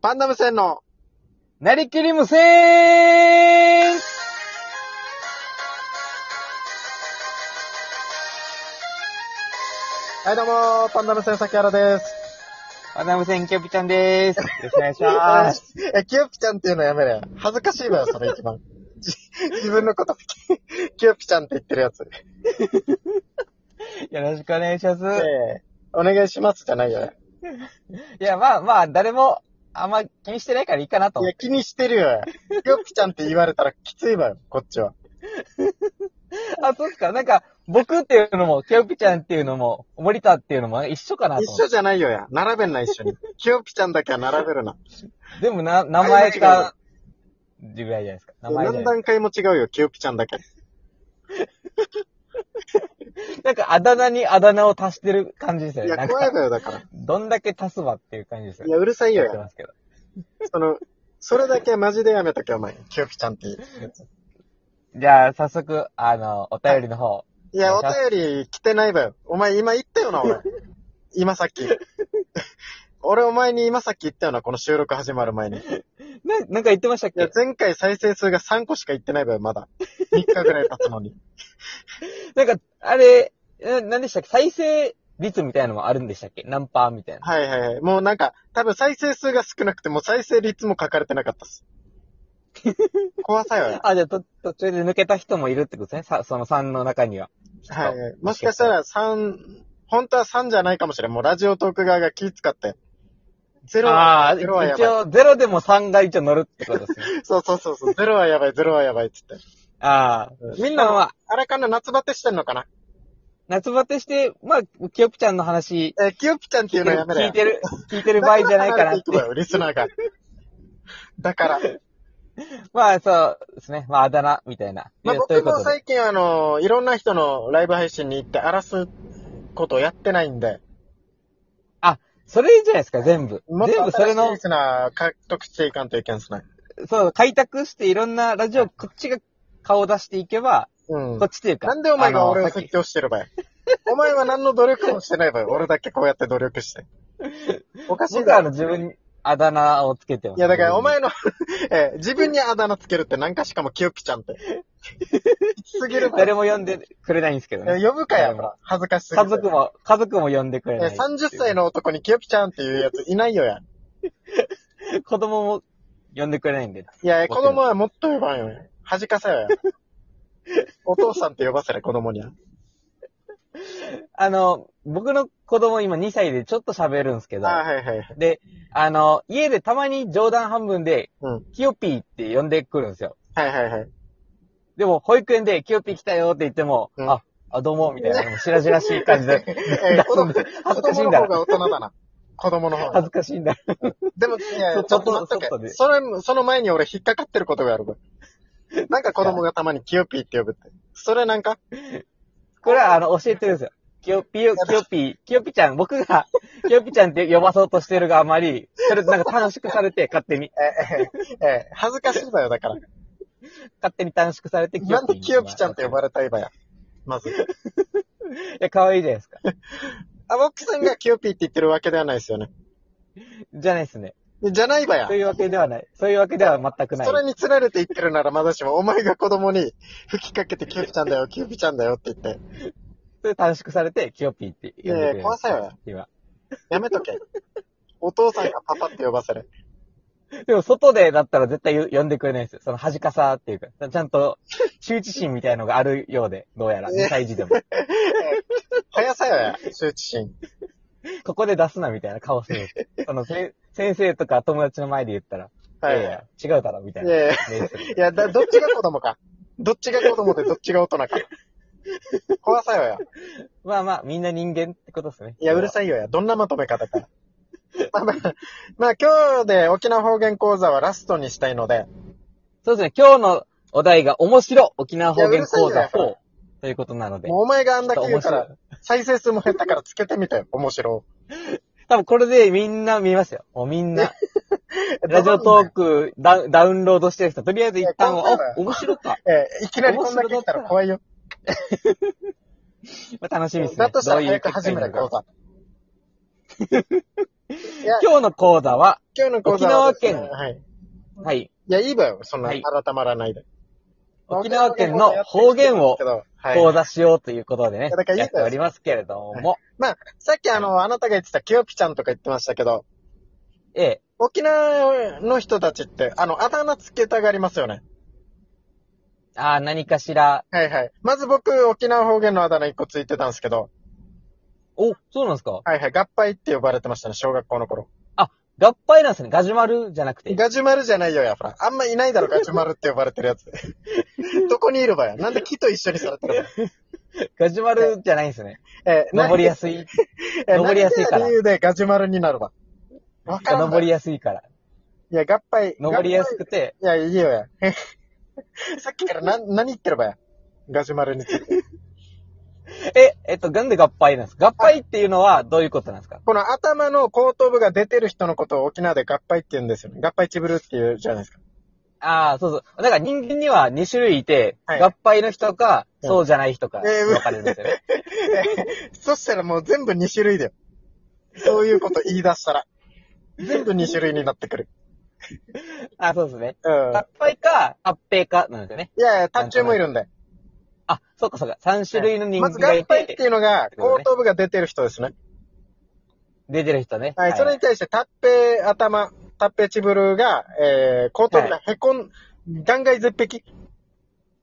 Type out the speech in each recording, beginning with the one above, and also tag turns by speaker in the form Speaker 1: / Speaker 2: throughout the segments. Speaker 1: パンダム戦の、
Speaker 2: なりきり無線
Speaker 1: はいどうもー、パンダム戦崎原です。
Speaker 2: アナム線キャピちゃんでーす。よろしくお願いします。
Speaker 1: え、キヨピちゃんっていうのやめろよ。恥ずかしいわよ、それ一 番。じ自分のこと、キキヨピちゃんって言ってるやつ。
Speaker 2: よろしくお願いします。
Speaker 1: ええお願いしますじゃないよね。
Speaker 2: いや、まあまあ、誰もあんま気にしてないからいいかなと
Speaker 1: い。や、気にしてるよ。キヨピちゃんって言われたらきついわよ、こっちは。
Speaker 2: あ、そうっすか。なんか、僕っていうのも、キャピちゃんっていうのも、森田っていうのも一緒かなと思っ
Speaker 1: 一緒じゃないよや。並べんな、一緒 に。キヨピちゃんだけは並べるな。
Speaker 2: て。全部な、名前が、ぐらいじゃないですか。名前じゃ
Speaker 1: 何
Speaker 2: ない
Speaker 1: 段階も違うよ、キヨピちゃんだけ。
Speaker 2: なんか、あだ名にあだ名を足してる感じですよ
Speaker 1: い
Speaker 2: ね。
Speaker 1: や、
Speaker 2: なん
Speaker 1: 怖い
Speaker 2: か、
Speaker 1: わよ、だから。
Speaker 2: どんだけ足すわっていう感じですよ
Speaker 1: い
Speaker 2: ね。
Speaker 1: や、うるさいよ
Speaker 2: やって
Speaker 1: や。
Speaker 2: ますけど。
Speaker 1: その、それだけはマジでやめとけ、お前。キヨピちゃんって言う。
Speaker 2: じゃあ、早速、あの、お便りの方。
Speaker 1: いや、お便り来てないわよ。お前今言ったよな、 俺。今さっき。 俺お前に今さっき言ったよな、この収録始まる前に。い
Speaker 2: な、なんか言ってましたっ
Speaker 1: や
Speaker 2: け、
Speaker 1: 前回再生数が3個しか言ってないわよ、まだ。3日ぐらい経つの に。
Speaker 2: なんか、あれ、な、なんでしたっけ再生率みたいなのもあるんでしたっけ何パーみたいな。
Speaker 1: はいはいはい。もうなんか、多分再生数が少なくてもう再生率も書かれてなかったっす。 怖さよ。
Speaker 2: あ、じゃあ、と、途中で抜けた人もいるってことですね。さ、その3の中には。
Speaker 1: はいはい。もしかしたら3、本当は3じゃないかもしれん。もうラジオトーク側が気使って。ゼロ
Speaker 2: あ
Speaker 1: は、
Speaker 2: あ、一
Speaker 1: ゼロはやばい。
Speaker 2: 応、ゼロでも3が一応乗るってことで すね。
Speaker 1: そうそうそうそう。ゼロはやばい、ゼロはやばいっつって。
Speaker 2: ああ、みんなは、
Speaker 1: あれかな夏バテしてんのかな
Speaker 2: 夏バテして、まあ、キヨピちゃんの話、
Speaker 1: えー、キヨピちゃんっていうのやめろ
Speaker 2: 聞
Speaker 1: よ
Speaker 2: い。てる、聞いてる場合じゃないかなっ
Speaker 1: だら離れ
Speaker 2: て
Speaker 1: ていく。わよリスナーが。だ から。
Speaker 2: まあ、そうですね。まあ、あだ名、みたいな。
Speaker 1: まあ、
Speaker 2: いやと
Speaker 1: 僕
Speaker 2: いうこ
Speaker 1: も
Speaker 2: とで。
Speaker 1: 最近あの、いろんな人のライブ配信に行って荒らすことをやってないんで、
Speaker 2: それいいじゃないですか、全部。
Speaker 1: もっ
Speaker 2: 全
Speaker 1: と
Speaker 2: 部それ
Speaker 1: 新しい
Speaker 2: の
Speaker 1: リ、スナー獲得していかんといけんすね。
Speaker 2: そう、開拓していろんなラジオ、こっちが顔を出していけば、
Speaker 1: うん
Speaker 2: こっ。ちというか。
Speaker 1: なんでお前
Speaker 2: あ
Speaker 1: が
Speaker 2: の
Speaker 1: 俺を
Speaker 2: さっ
Speaker 1: 説
Speaker 2: き
Speaker 1: 教してるばい。お前は何の努力もしてないばい。俺だけこうやって努力 して。おかしい
Speaker 2: 僕
Speaker 1: だ
Speaker 2: はあ
Speaker 1: ろ
Speaker 2: の自分にあだ名をつけてます。
Speaker 1: いやだからお前の、 えー自分にあだ名つけるってなんかしかもキヨピちゃんって。 きつすぎるばい
Speaker 2: 誰も呼んでくれないんですけどね。
Speaker 1: え呼ぶかやろ。恥ずかしすぎ
Speaker 2: 家
Speaker 1: て
Speaker 2: 族も、家族も呼んでくれ
Speaker 1: え
Speaker 2: ない。
Speaker 1: 30歳の男にキヨピちゃんっていうやついないよや。
Speaker 2: 子供も呼んでくれないんで。
Speaker 1: いや、子供はもっと呼ばんよや。恥かせよ や。お父さんって呼ばせれ、子供には。
Speaker 2: あの、僕の子供今2歳でちょっと喋るんですけど、
Speaker 1: あはいはいはい。
Speaker 2: で、あの、家でたまに冗談半分で、
Speaker 1: うん。
Speaker 2: キヨピーって呼んでくるんですよ。
Speaker 1: はいはいはい。
Speaker 2: でも、保育園でキヨピー来たよって言っても、
Speaker 1: うん。
Speaker 2: あ、あ、どうも、みたいな、もう白々しい感じで
Speaker 1: えー子供、
Speaker 2: 恥
Speaker 1: 子
Speaker 2: ずかし
Speaker 1: 供
Speaker 2: い
Speaker 1: の
Speaker 2: んだ
Speaker 1: 方
Speaker 2: な。
Speaker 1: が大人だな。子供の方
Speaker 2: 恥
Speaker 1: が。
Speaker 2: ずかしいんだ。
Speaker 1: でも、いや、 ちょっと待っとけ
Speaker 2: 外で。
Speaker 1: それ、その前に俺引っかかってることがあるわ。 なんか子供がたまにキヨピーって呼ぶって。それなんか
Speaker 2: これは、あの、教えてるんですよ。キヨピヨ、キヨピー、キヨピちゃん、僕が、 キヨピちゃんって呼ばそうとしてるがあまり、それなんか楽しくされて、勝手に、
Speaker 1: えー、えー、恥ずかしいだよ、だから。
Speaker 2: 勝手に短縮されて、
Speaker 1: なんでキヨピちゃんって呼ば
Speaker 2: れ
Speaker 1: れたいばや。ま ず。
Speaker 2: いや、可愛いじゃないですか。
Speaker 1: あ、僕さんがキヨピーって言ってるわけではないですよね。
Speaker 2: じゃないですね。
Speaker 1: じゃないばや
Speaker 2: そう。いうわけではない。そういうわけでは全くない
Speaker 1: そ。れに釣られて言ってるならまだしも、お前が子供に吹きかけてキヨピちゃんだよ、キヨピちゃんだよって言って。
Speaker 2: それ短縮されて、キヨピーって呼んでくれる。
Speaker 1: いやいや怖さよ。
Speaker 2: 今。
Speaker 1: やめとけ。お父さんがパパって呼ばせる。
Speaker 2: でも、外でだったら絶対ゆ呼んでくれないですよ。その恥かさっていうか、ちゃんと、羞恥心みたいのがあるようで、どうやら、
Speaker 1: ね
Speaker 2: 2歳児でも。
Speaker 1: 早さよや、周知心。
Speaker 2: ここで出すなみたいな顔するんですよ。その、せ先生とか友達の前で言ったら、
Speaker 1: はい。
Speaker 2: いやいや、違うだろ、みたい
Speaker 1: い
Speaker 2: な。
Speaker 1: やいや
Speaker 2: ねそれ
Speaker 1: いやだ、どっちが子供か。どっちが子供でどっちが大人か。怖さよや。
Speaker 2: まあまあ、みんな人間ってことですね。
Speaker 1: いや、うる
Speaker 2: い。
Speaker 1: さいよや。どんなまとめ方か。まあまあ、まあ今日で沖縄方言講座はラストにしたいので、
Speaker 2: そうですね、今日のお題が面白沖縄方
Speaker 1: いやう
Speaker 2: 言
Speaker 1: るさいよ
Speaker 2: 講座
Speaker 1: やっぱり
Speaker 2: 4ということなので、
Speaker 1: もうお前があんだけ言うか
Speaker 2: ちょ
Speaker 1: ら、再生数も減ったからつけてみたよ、面白を。
Speaker 2: 多分これでみんな見ますよ。もうみ んな。ラジオトークダウンダウンロードしてる人、とりあえず一旦は、
Speaker 1: いや
Speaker 2: お、面白か。
Speaker 1: ええいきなりこんだけ言ったら怖いよ。
Speaker 2: まあ楽しみですね。
Speaker 1: だとしたら
Speaker 2: どうい
Speaker 1: 早
Speaker 2: う
Speaker 1: く
Speaker 2: 結果
Speaker 1: 始
Speaker 2: に
Speaker 1: め
Speaker 2: な
Speaker 1: る
Speaker 2: るか
Speaker 1: 講座。いや、
Speaker 2: 今日の講座は、
Speaker 1: 今日の講座はですね、
Speaker 2: 沖縄県
Speaker 1: はい。
Speaker 2: はい。
Speaker 1: いや、いいわよ。そんな、
Speaker 2: はい
Speaker 1: 改まらないで。
Speaker 2: 沖縄県の方言を
Speaker 1: けどはい。
Speaker 2: 講座しようということでね、
Speaker 1: いやだからいい
Speaker 2: や
Speaker 1: で
Speaker 2: っ
Speaker 1: す
Speaker 2: ておりますけれども、
Speaker 1: まあ、さっきあの、あなたが言ってたキヨピちゃんとか言ってましたけど、
Speaker 2: ええ、
Speaker 1: 沖縄の人たちって、あの、あだ名つけたがりますよね。
Speaker 2: ああ、何かしら、
Speaker 1: はいはい。まず僕、沖縄方言のあだ名一個ついてたんですけど、
Speaker 2: お、そうなんですか
Speaker 1: はいはい、合杯って呼ばれてましたね、小学校の頃。
Speaker 2: 合杯なんですね。ガジュマルじゃなくて。
Speaker 1: ガジュマルじゃないよ、やフら。あんまいないだ ろ、ガジュマルって呼ばれてるやつ。 どこにいるばよ。なんで木と一緒にされてるば
Speaker 2: ガジュマルじゃないんですね。
Speaker 1: えー、
Speaker 2: 登りや
Speaker 1: す
Speaker 2: すい。
Speaker 1: い。
Speaker 2: 登りやすいから
Speaker 1: なんで理由でガジュマルになるば。わからんわ
Speaker 2: 登りやすいから。
Speaker 1: いや、合杯。
Speaker 2: 登りやすくて、
Speaker 1: いや、いいよ や。さっきからな、何言ってればや。ガジュマルについて。
Speaker 2: え、えっと、なんで合杯なんですか合杯っていうのはどういうことなんですか
Speaker 1: この頭の後頭部が出てる人のことを沖縄で合杯って言うんですよね。合杯チブルって言うじゃないですか。
Speaker 2: ああ、そうそう。だから人間には2種類いて、
Speaker 1: はい
Speaker 2: 合杯の人か、
Speaker 1: うん
Speaker 2: そうじゃない人か、
Speaker 1: えー
Speaker 2: 分かれるんですよ ね。
Speaker 1: そしたらもう全部2種類だよ。そういうこと言い出したら。全部2種類になってくる。
Speaker 2: あそうですね。
Speaker 1: うん。
Speaker 2: 合杯か、合併か、なんですよね。
Speaker 1: いやいや、タッチューもいるんで。
Speaker 2: あ、そうかそうか。3種類の人
Speaker 1: ま
Speaker 2: 間
Speaker 1: ず
Speaker 2: が
Speaker 1: 合
Speaker 2: い
Speaker 1: 杯って
Speaker 2: て、
Speaker 1: いうのが、後頭部が出てる人ですね。
Speaker 2: 出てる人ね。
Speaker 1: はい。それに対して、タッペー頭、タッペーチブルが、えー、後頭部がへこん、断崖絶壁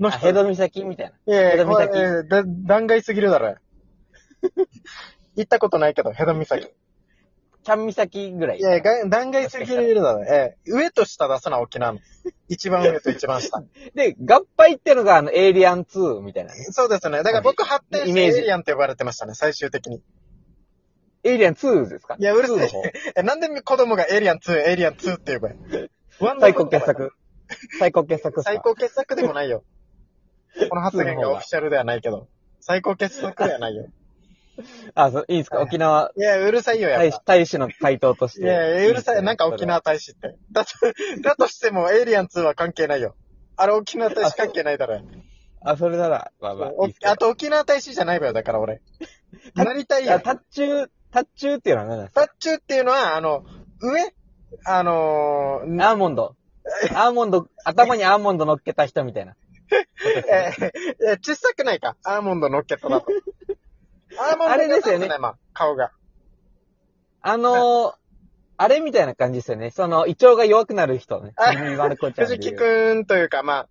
Speaker 1: の
Speaker 2: あ
Speaker 1: 人。
Speaker 2: ヘド岬みたいな。
Speaker 1: いやい
Speaker 2: ヘ
Speaker 1: や、
Speaker 2: ド
Speaker 1: これ、
Speaker 2: 岬。
Speaker 1: えーだ断崖すぎるだ ろ。行ったことないけど、ヘド岬。
Speaker 2: キャン岬ぐらい。
Speaker 1: いやいや、が断崖すぎるだろ。えー上と下出すな、沖縄の。一番上と一番 下。
Speaker 2: で、合杯ってのが、あの、エイリアン2みたいなね。
Speaker 1: そうですね。だから僕発展
Speaker 2: イ
Speaker 1: して
Speaker 2: メージ
Speaker 1: エイリアンって呼ばれてましたね、最終的に。
Speaker 2: エイリアン2ですか
Speaker 1: いやうるさい
Speaker 2: 2の方
Speaker 1: え、なんで子供がエイリアン2、エイリアン2って呼ばれワンダ
Speaker 2: 最
Speaker 1: ー
Speaker 2: 高
Speaker 1: ウーマン
Speaker 2: 傑作。最高傑作っすか
Speaker 1: 最高傑作でも ないよ。この発言がオフィシャルではないけど。最高傑作ではないよ。
Speaker 2: あ、そう、いいですか
Speaker 1: はい
Speaker 2: 沖縄
Speaker 1: いや、うるさいよ、やっ
Speaker 2: 大
Speaker 1: ぱ
Speaker 2: 使。大使の回答とし
Speaker 1: い
Speaker 2: て。
Speaker 1: やいや、うるさ
Speaker 2: です
Speaker 1: い。
Speaker 2: ね
Speaker 1: なんか沖縄大使って。だと、だとしても、エイリアン2は関係ないよ。あれ沖縄大使関係ないだろ。
Speaker 2: あ、それなら、まあまあ、いいっすけ
Speaker 1: お
Speaker 2: ど
Speaker 1: あと沖縄大使じゃないわよ、だから俺。
Speaker 2: た
Speaker 1: なりたい
Speaker 2: あ
Speaker 1: よ。
Speaker 2: タッチュー、タッチューっていうのは何なんです
Speaker 1: タ
Speaker 2: か
Speaker 1: ッチューっていうのは、あの、上あのー、
Speaker 2: アーモ ンド。アーモンド、頭にアーモンド乗っけた人みたいな。
Speaker 1: えーえー、小さくないか。アーモンド乗っけたなと。アーモンド
Speaker 2: あれですよ
Speaker 1: が立っ
Speaker 2: ね
Speaker 1: てないまあ顔が。
Speaker 2: あのー、あれみたいな感じですよね。その、胃腸が弱くなる人ね。
Speaker 1: あ
Speaker 2: 藤木丸子ちゃんで
Speaker 1: 藤
Speaker 2: い
Speaker 1: 木
Speaker 2: う
Speaker 1: くんというか、ま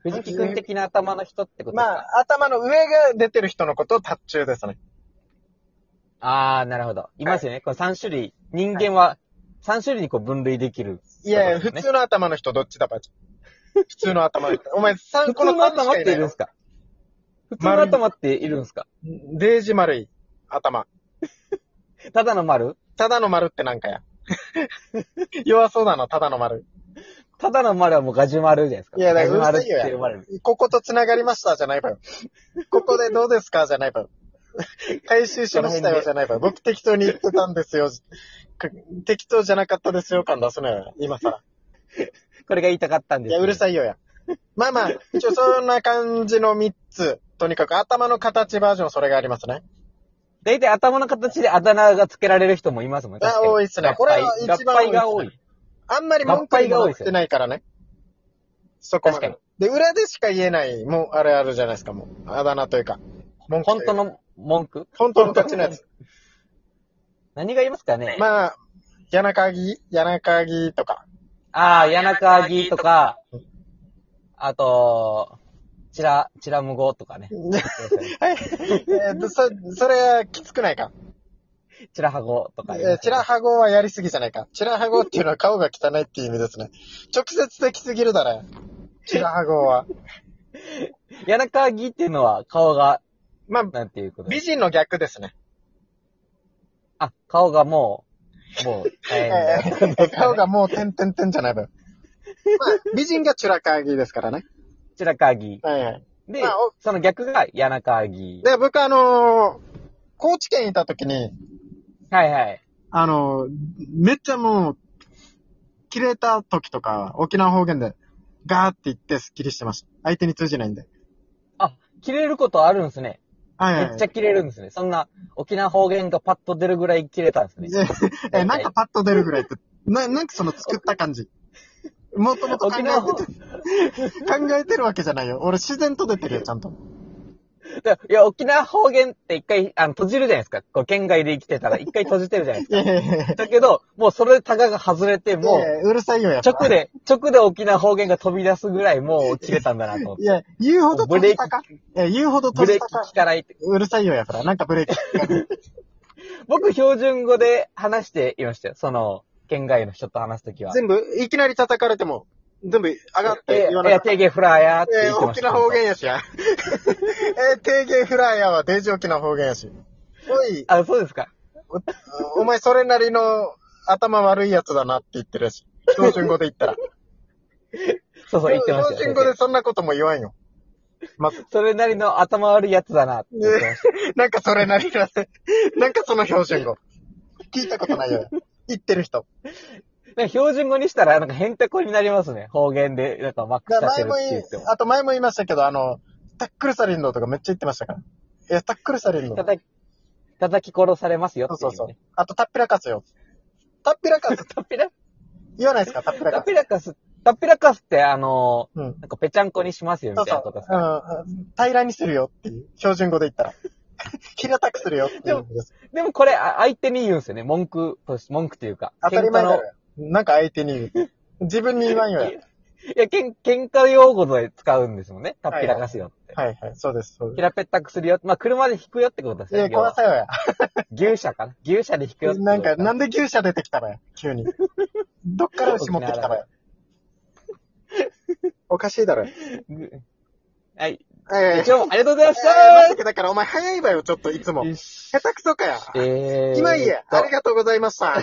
Speaker 2: 藤木くん的な頭の人ってこ
Speaker 1: あ、
Speaker 2: とですか、
Speaker 1: まあ、頭の上が出てる人のことをタッチューですね。
Speaker 2: あー、なるほど。いますよね。これ3種類。人間は3種類にこう分類できる。
Speaker 1: いやいや、
Speaker 2: そう
Speaker 1: 普
Speaker 2: ですね
Speaker 1: 通の頭の人どっちだば。普通の頭の人。お前、
Speaker 2: 普
Speaker 1: 3個
Speaker 2: 通
Speaker 1: の
Speaker 2: の
Speaker 1: 頭し
Speaker 2: 頭っ
Speaker 1: かい
Speaker 2: てい
Speaker 1: な
Speaker 2: る
Speaker 1: い
Speaker 2: んで
Speaker 1: の
Speaker 2: す。か普通の頭っているんですか
Speaker 1: デージ丸い頭。
Speaker 2: ただの丸
Speaker 1: ただの丸ってなんかや。弱そうだな、ただの丸。
Speaker 2: ただの丸はもうガジュマルじゃないですか。
Speaker 1: いやだから
Speaker 2: ガジ
Speaker 1: うるさい
Speaker 2: ュ
Speaker 1: よ
Speaker 2: マルって呼ばれる。
Speaker 1: ここと繋がりましたじゃないわよ。ここでどうですかじゃないわよ。回収しましたよじゃないわよ。僕適当に言ってたんですよ。く適当じゃなかったですよ感出すのよ。今さら。
Speaker 2: これが言いたかったん
Speaker 1: い
Speaker 2: です。
Speaker 1: や、うる
Speaker 2: い。
Speaker 1: さいよや。まあまあ、一応そんな感じの3つ。とにかく頭の形バージョンそれがありますね。
Speaker 2: 大体頭の形であだ名が付けられる人もいますもん。確かに
Speaker 1: あ多いっすね
Speaker 2: 合
Speaker 1: これは一番
Speaker 2: 合敗が多
Speaker 1: 多
Speaker 2: い。
Speaker 1: あんまり文句にもなってないからね。そこま
Speaker 2: 確
Speaker 1: で
Speaker 2: か。
Speaker 1: で、裏でしか言えない、もう、あれあるじゃないですか、もう。あだ名というか。文句という
Speaker 2: 本当
Speaker 1: か。
Speaker 2: の文句
Speaker 1: 本当のこっちのやつ。
Speaker 2: 何が言いますかね、
Speaker 1: まあ、柳鍵柳鍵とか。
Speaker 2: ああ、柳川木とか、あと、チラ、チラムゴと かね。
Speaker 1: はい。え ーとそ、それ、きつくないか。
Speaker 2: チラハゴと
Speaker 1: え
Speaker 2: か言いますよね、
Speaker 1: ー、チラハゴはやりすぎじゃないか。チラハゴっていうのは顔が汚いっていう意味ですね。直接的すぎるだろ。チラハゴ は。
Speaker 2: 柳川木っていうのは顔が、
Speaker 1: まあ、
Speaker 2: なんていうこと
Speaker 1: 美人の逆ですね。
Speaker 2: あ、顔がもう、もう、大変だ。
Speaker 1: えー顔がもう点々点じゃない分。まあ、美人がチュラカギですからね。
Speaker 2: チラカギ。
Speaker 1: はいはい。
Speaker 2: で
Speaker 1: まあお、
Speaker 2: その逆が柳川木。
Speaker 1: で、僕あのー高知県にいた時に、
Speaker 2: はいはい。
Speaker 1: あのーめっちゃもう、切れた時とか、沖縄方言で、ガーって言ってスッキリしてました。相手に通じないんで。
Speaker 2: あ、切れることあるんですね。
Speaker 1: はい
Speaker 2: め
Speaker 1: はい。
Speaker 2: っちゃ切れるんですね。そんな、沖縄方言がパッと出るぐらい切れたんですね。
Speaker 1: え、なんかパッと出るぐらいって、な、なんかその作った感じ。もともと考え
Speaker 2: 沖縄方
Speaker 1: てて、考えてるわけじゃないよ。俺自然と出てるよ、ちゃんと。
Speaker 2: だいや、沖縄方言って一回、あの、閉じるじゃないですか。こう、県外で生きてたら一回閉じてるじゃないです
Speaker 1: いやいやいやい
Speaker 2: か。だけど、もうそれでタガが外れて、
Speaker 1: や、
Speaker 2: もう、
Speaker 1: うるさいよ、やっぱ。
Speaker 2: 直で、直で沖縄方言が飛び出すぐらいもう切れたんだなと思って。
Speaker 1: いや、言うほど閉じたか。いや、言うほ ど閉
Speaker 2: ブレ
Speaker 1: じ
Speaker 2: ーキ
Speaker 1: たか
Speaker 2: 効。かないって。
Speaker 1: うるさいよ、やから。なんかブレーキ。
Speaker 2: 僕、標準語で話していましたよ。その、県外の人と話すときは。
Speaker 1: 全部、いきなり叩かれても、全部上がって
Speaker 2: え
Speaker 1: 言わ
Speaker 2: え、
Speaker 1: な
Speaker 2: や、
Speaker 1: くて。
Speaker 2: 定義フラーやーって
Speaker 1: え
Speaker 2: 言
Speaker 1: ー、
Speaker 2: ってまし
Speaker 1: 沖
Speaker 2: た。
Speaker 1: 縄方言やしや。 えー、定言フライヤーはデージ沖縄方言やし。お い、
Speaker 2: あ、そうですか。
Speaker 1: お前それなりの頭悪いやつだなって言ってるやし。標準語で言ったら。
Speaker 2: そうそう、言ってましたよ。
Speaker 1: 標準語 でそんなことも言わんよ。まず、
Speaker 2: それなりの頭悪いやつだなって言ってました。
Speaker 1: なんかそれなりの、 なんかその標準語。聞いたことないよ。言ってる人。
Speaker 2: なんか標準語にしたら、なんか変てこになりますね。方言で、なんかマック
Speaker 1: だ
Speaker 2: ス
Speaker 1: から
Speaker 2: 立て
Speaker 1: 前
Speaker 2: る
Speaker 1: も言
Speaker 2: って言
Speaker 1: い
Speaker 2: っても、。
Speaker 1: あと前も言いましたけど、あの、タックルされるのとかめっちゃ言ってましたから。いや、タックルされるの。
Speaker 2: 叩き、叩き殺されますよってい、
Speaker 1: そうう
Speaker 2: ね。
Speaker 1: そうそう。あと、タッピラカスよ。タッピラカス、
Speaker 2: タピラ、
Speaker 1: 言わないですかタッピラ
Speaker 2: タ
Speaker 1: カ ス。
Speaker 2: ピラカス、タピラカスってあの
Speaker 1: うん。
Speaker 2: ー、なんかぺちゃんこにしますよ
Speaker 1: そ
Speaker 2: み
Speaker 1: う
Speaker 2: たい
Speaker 1: そ
Speaker 2: なとかさ。
Speaker 1: う。うん。平らにするよっていう。標準語で言ったら。 平たくするよっていうんです。
Speaker 2: でもこれ、あ相手に言うんですよね。文句とし、文句っていうか。
Speaker 1: 当たり前だ
Speaker 2: 喧
Speaker 1: ろ。なんか相手に言う。自分に言わんよや。
Speaker 2: 嘩の いや、喧喧嘩用語で使うんですもんね。タピラカスよって。
Speaker 1: はいはい、そうです、そうで
Speaker 2: 平ぺったくするよ。まあ、車で引くよってことです
Speaker 1: す。
Speaker 2: よ
Speaker 1: え、
Speaker 2: ね。要は
Speaker 1: 壊さよや。
Speaker 2: 牛舎かな牛舎で引くよってこと
Speaker 1: なんか、なんんで牛舎出てきたのよ、急に。どっから牛持ってき たのよ。おかしいだろ。え
Speaker 2: はい。
Speaker 1: え
Speaker 2: 一応、ありがとうございまし
Speaker 1: ええだからお前早いわよ、ちょっといつ
Speaker 2: た
Speaker 1: も。
Speaker 2: よし
Speaker 1: 下手くそかよ。
Speaker 2: えー
Speaker 1: 今いいや。あり
Speaker 2: が
Speaker 1: がとうございました。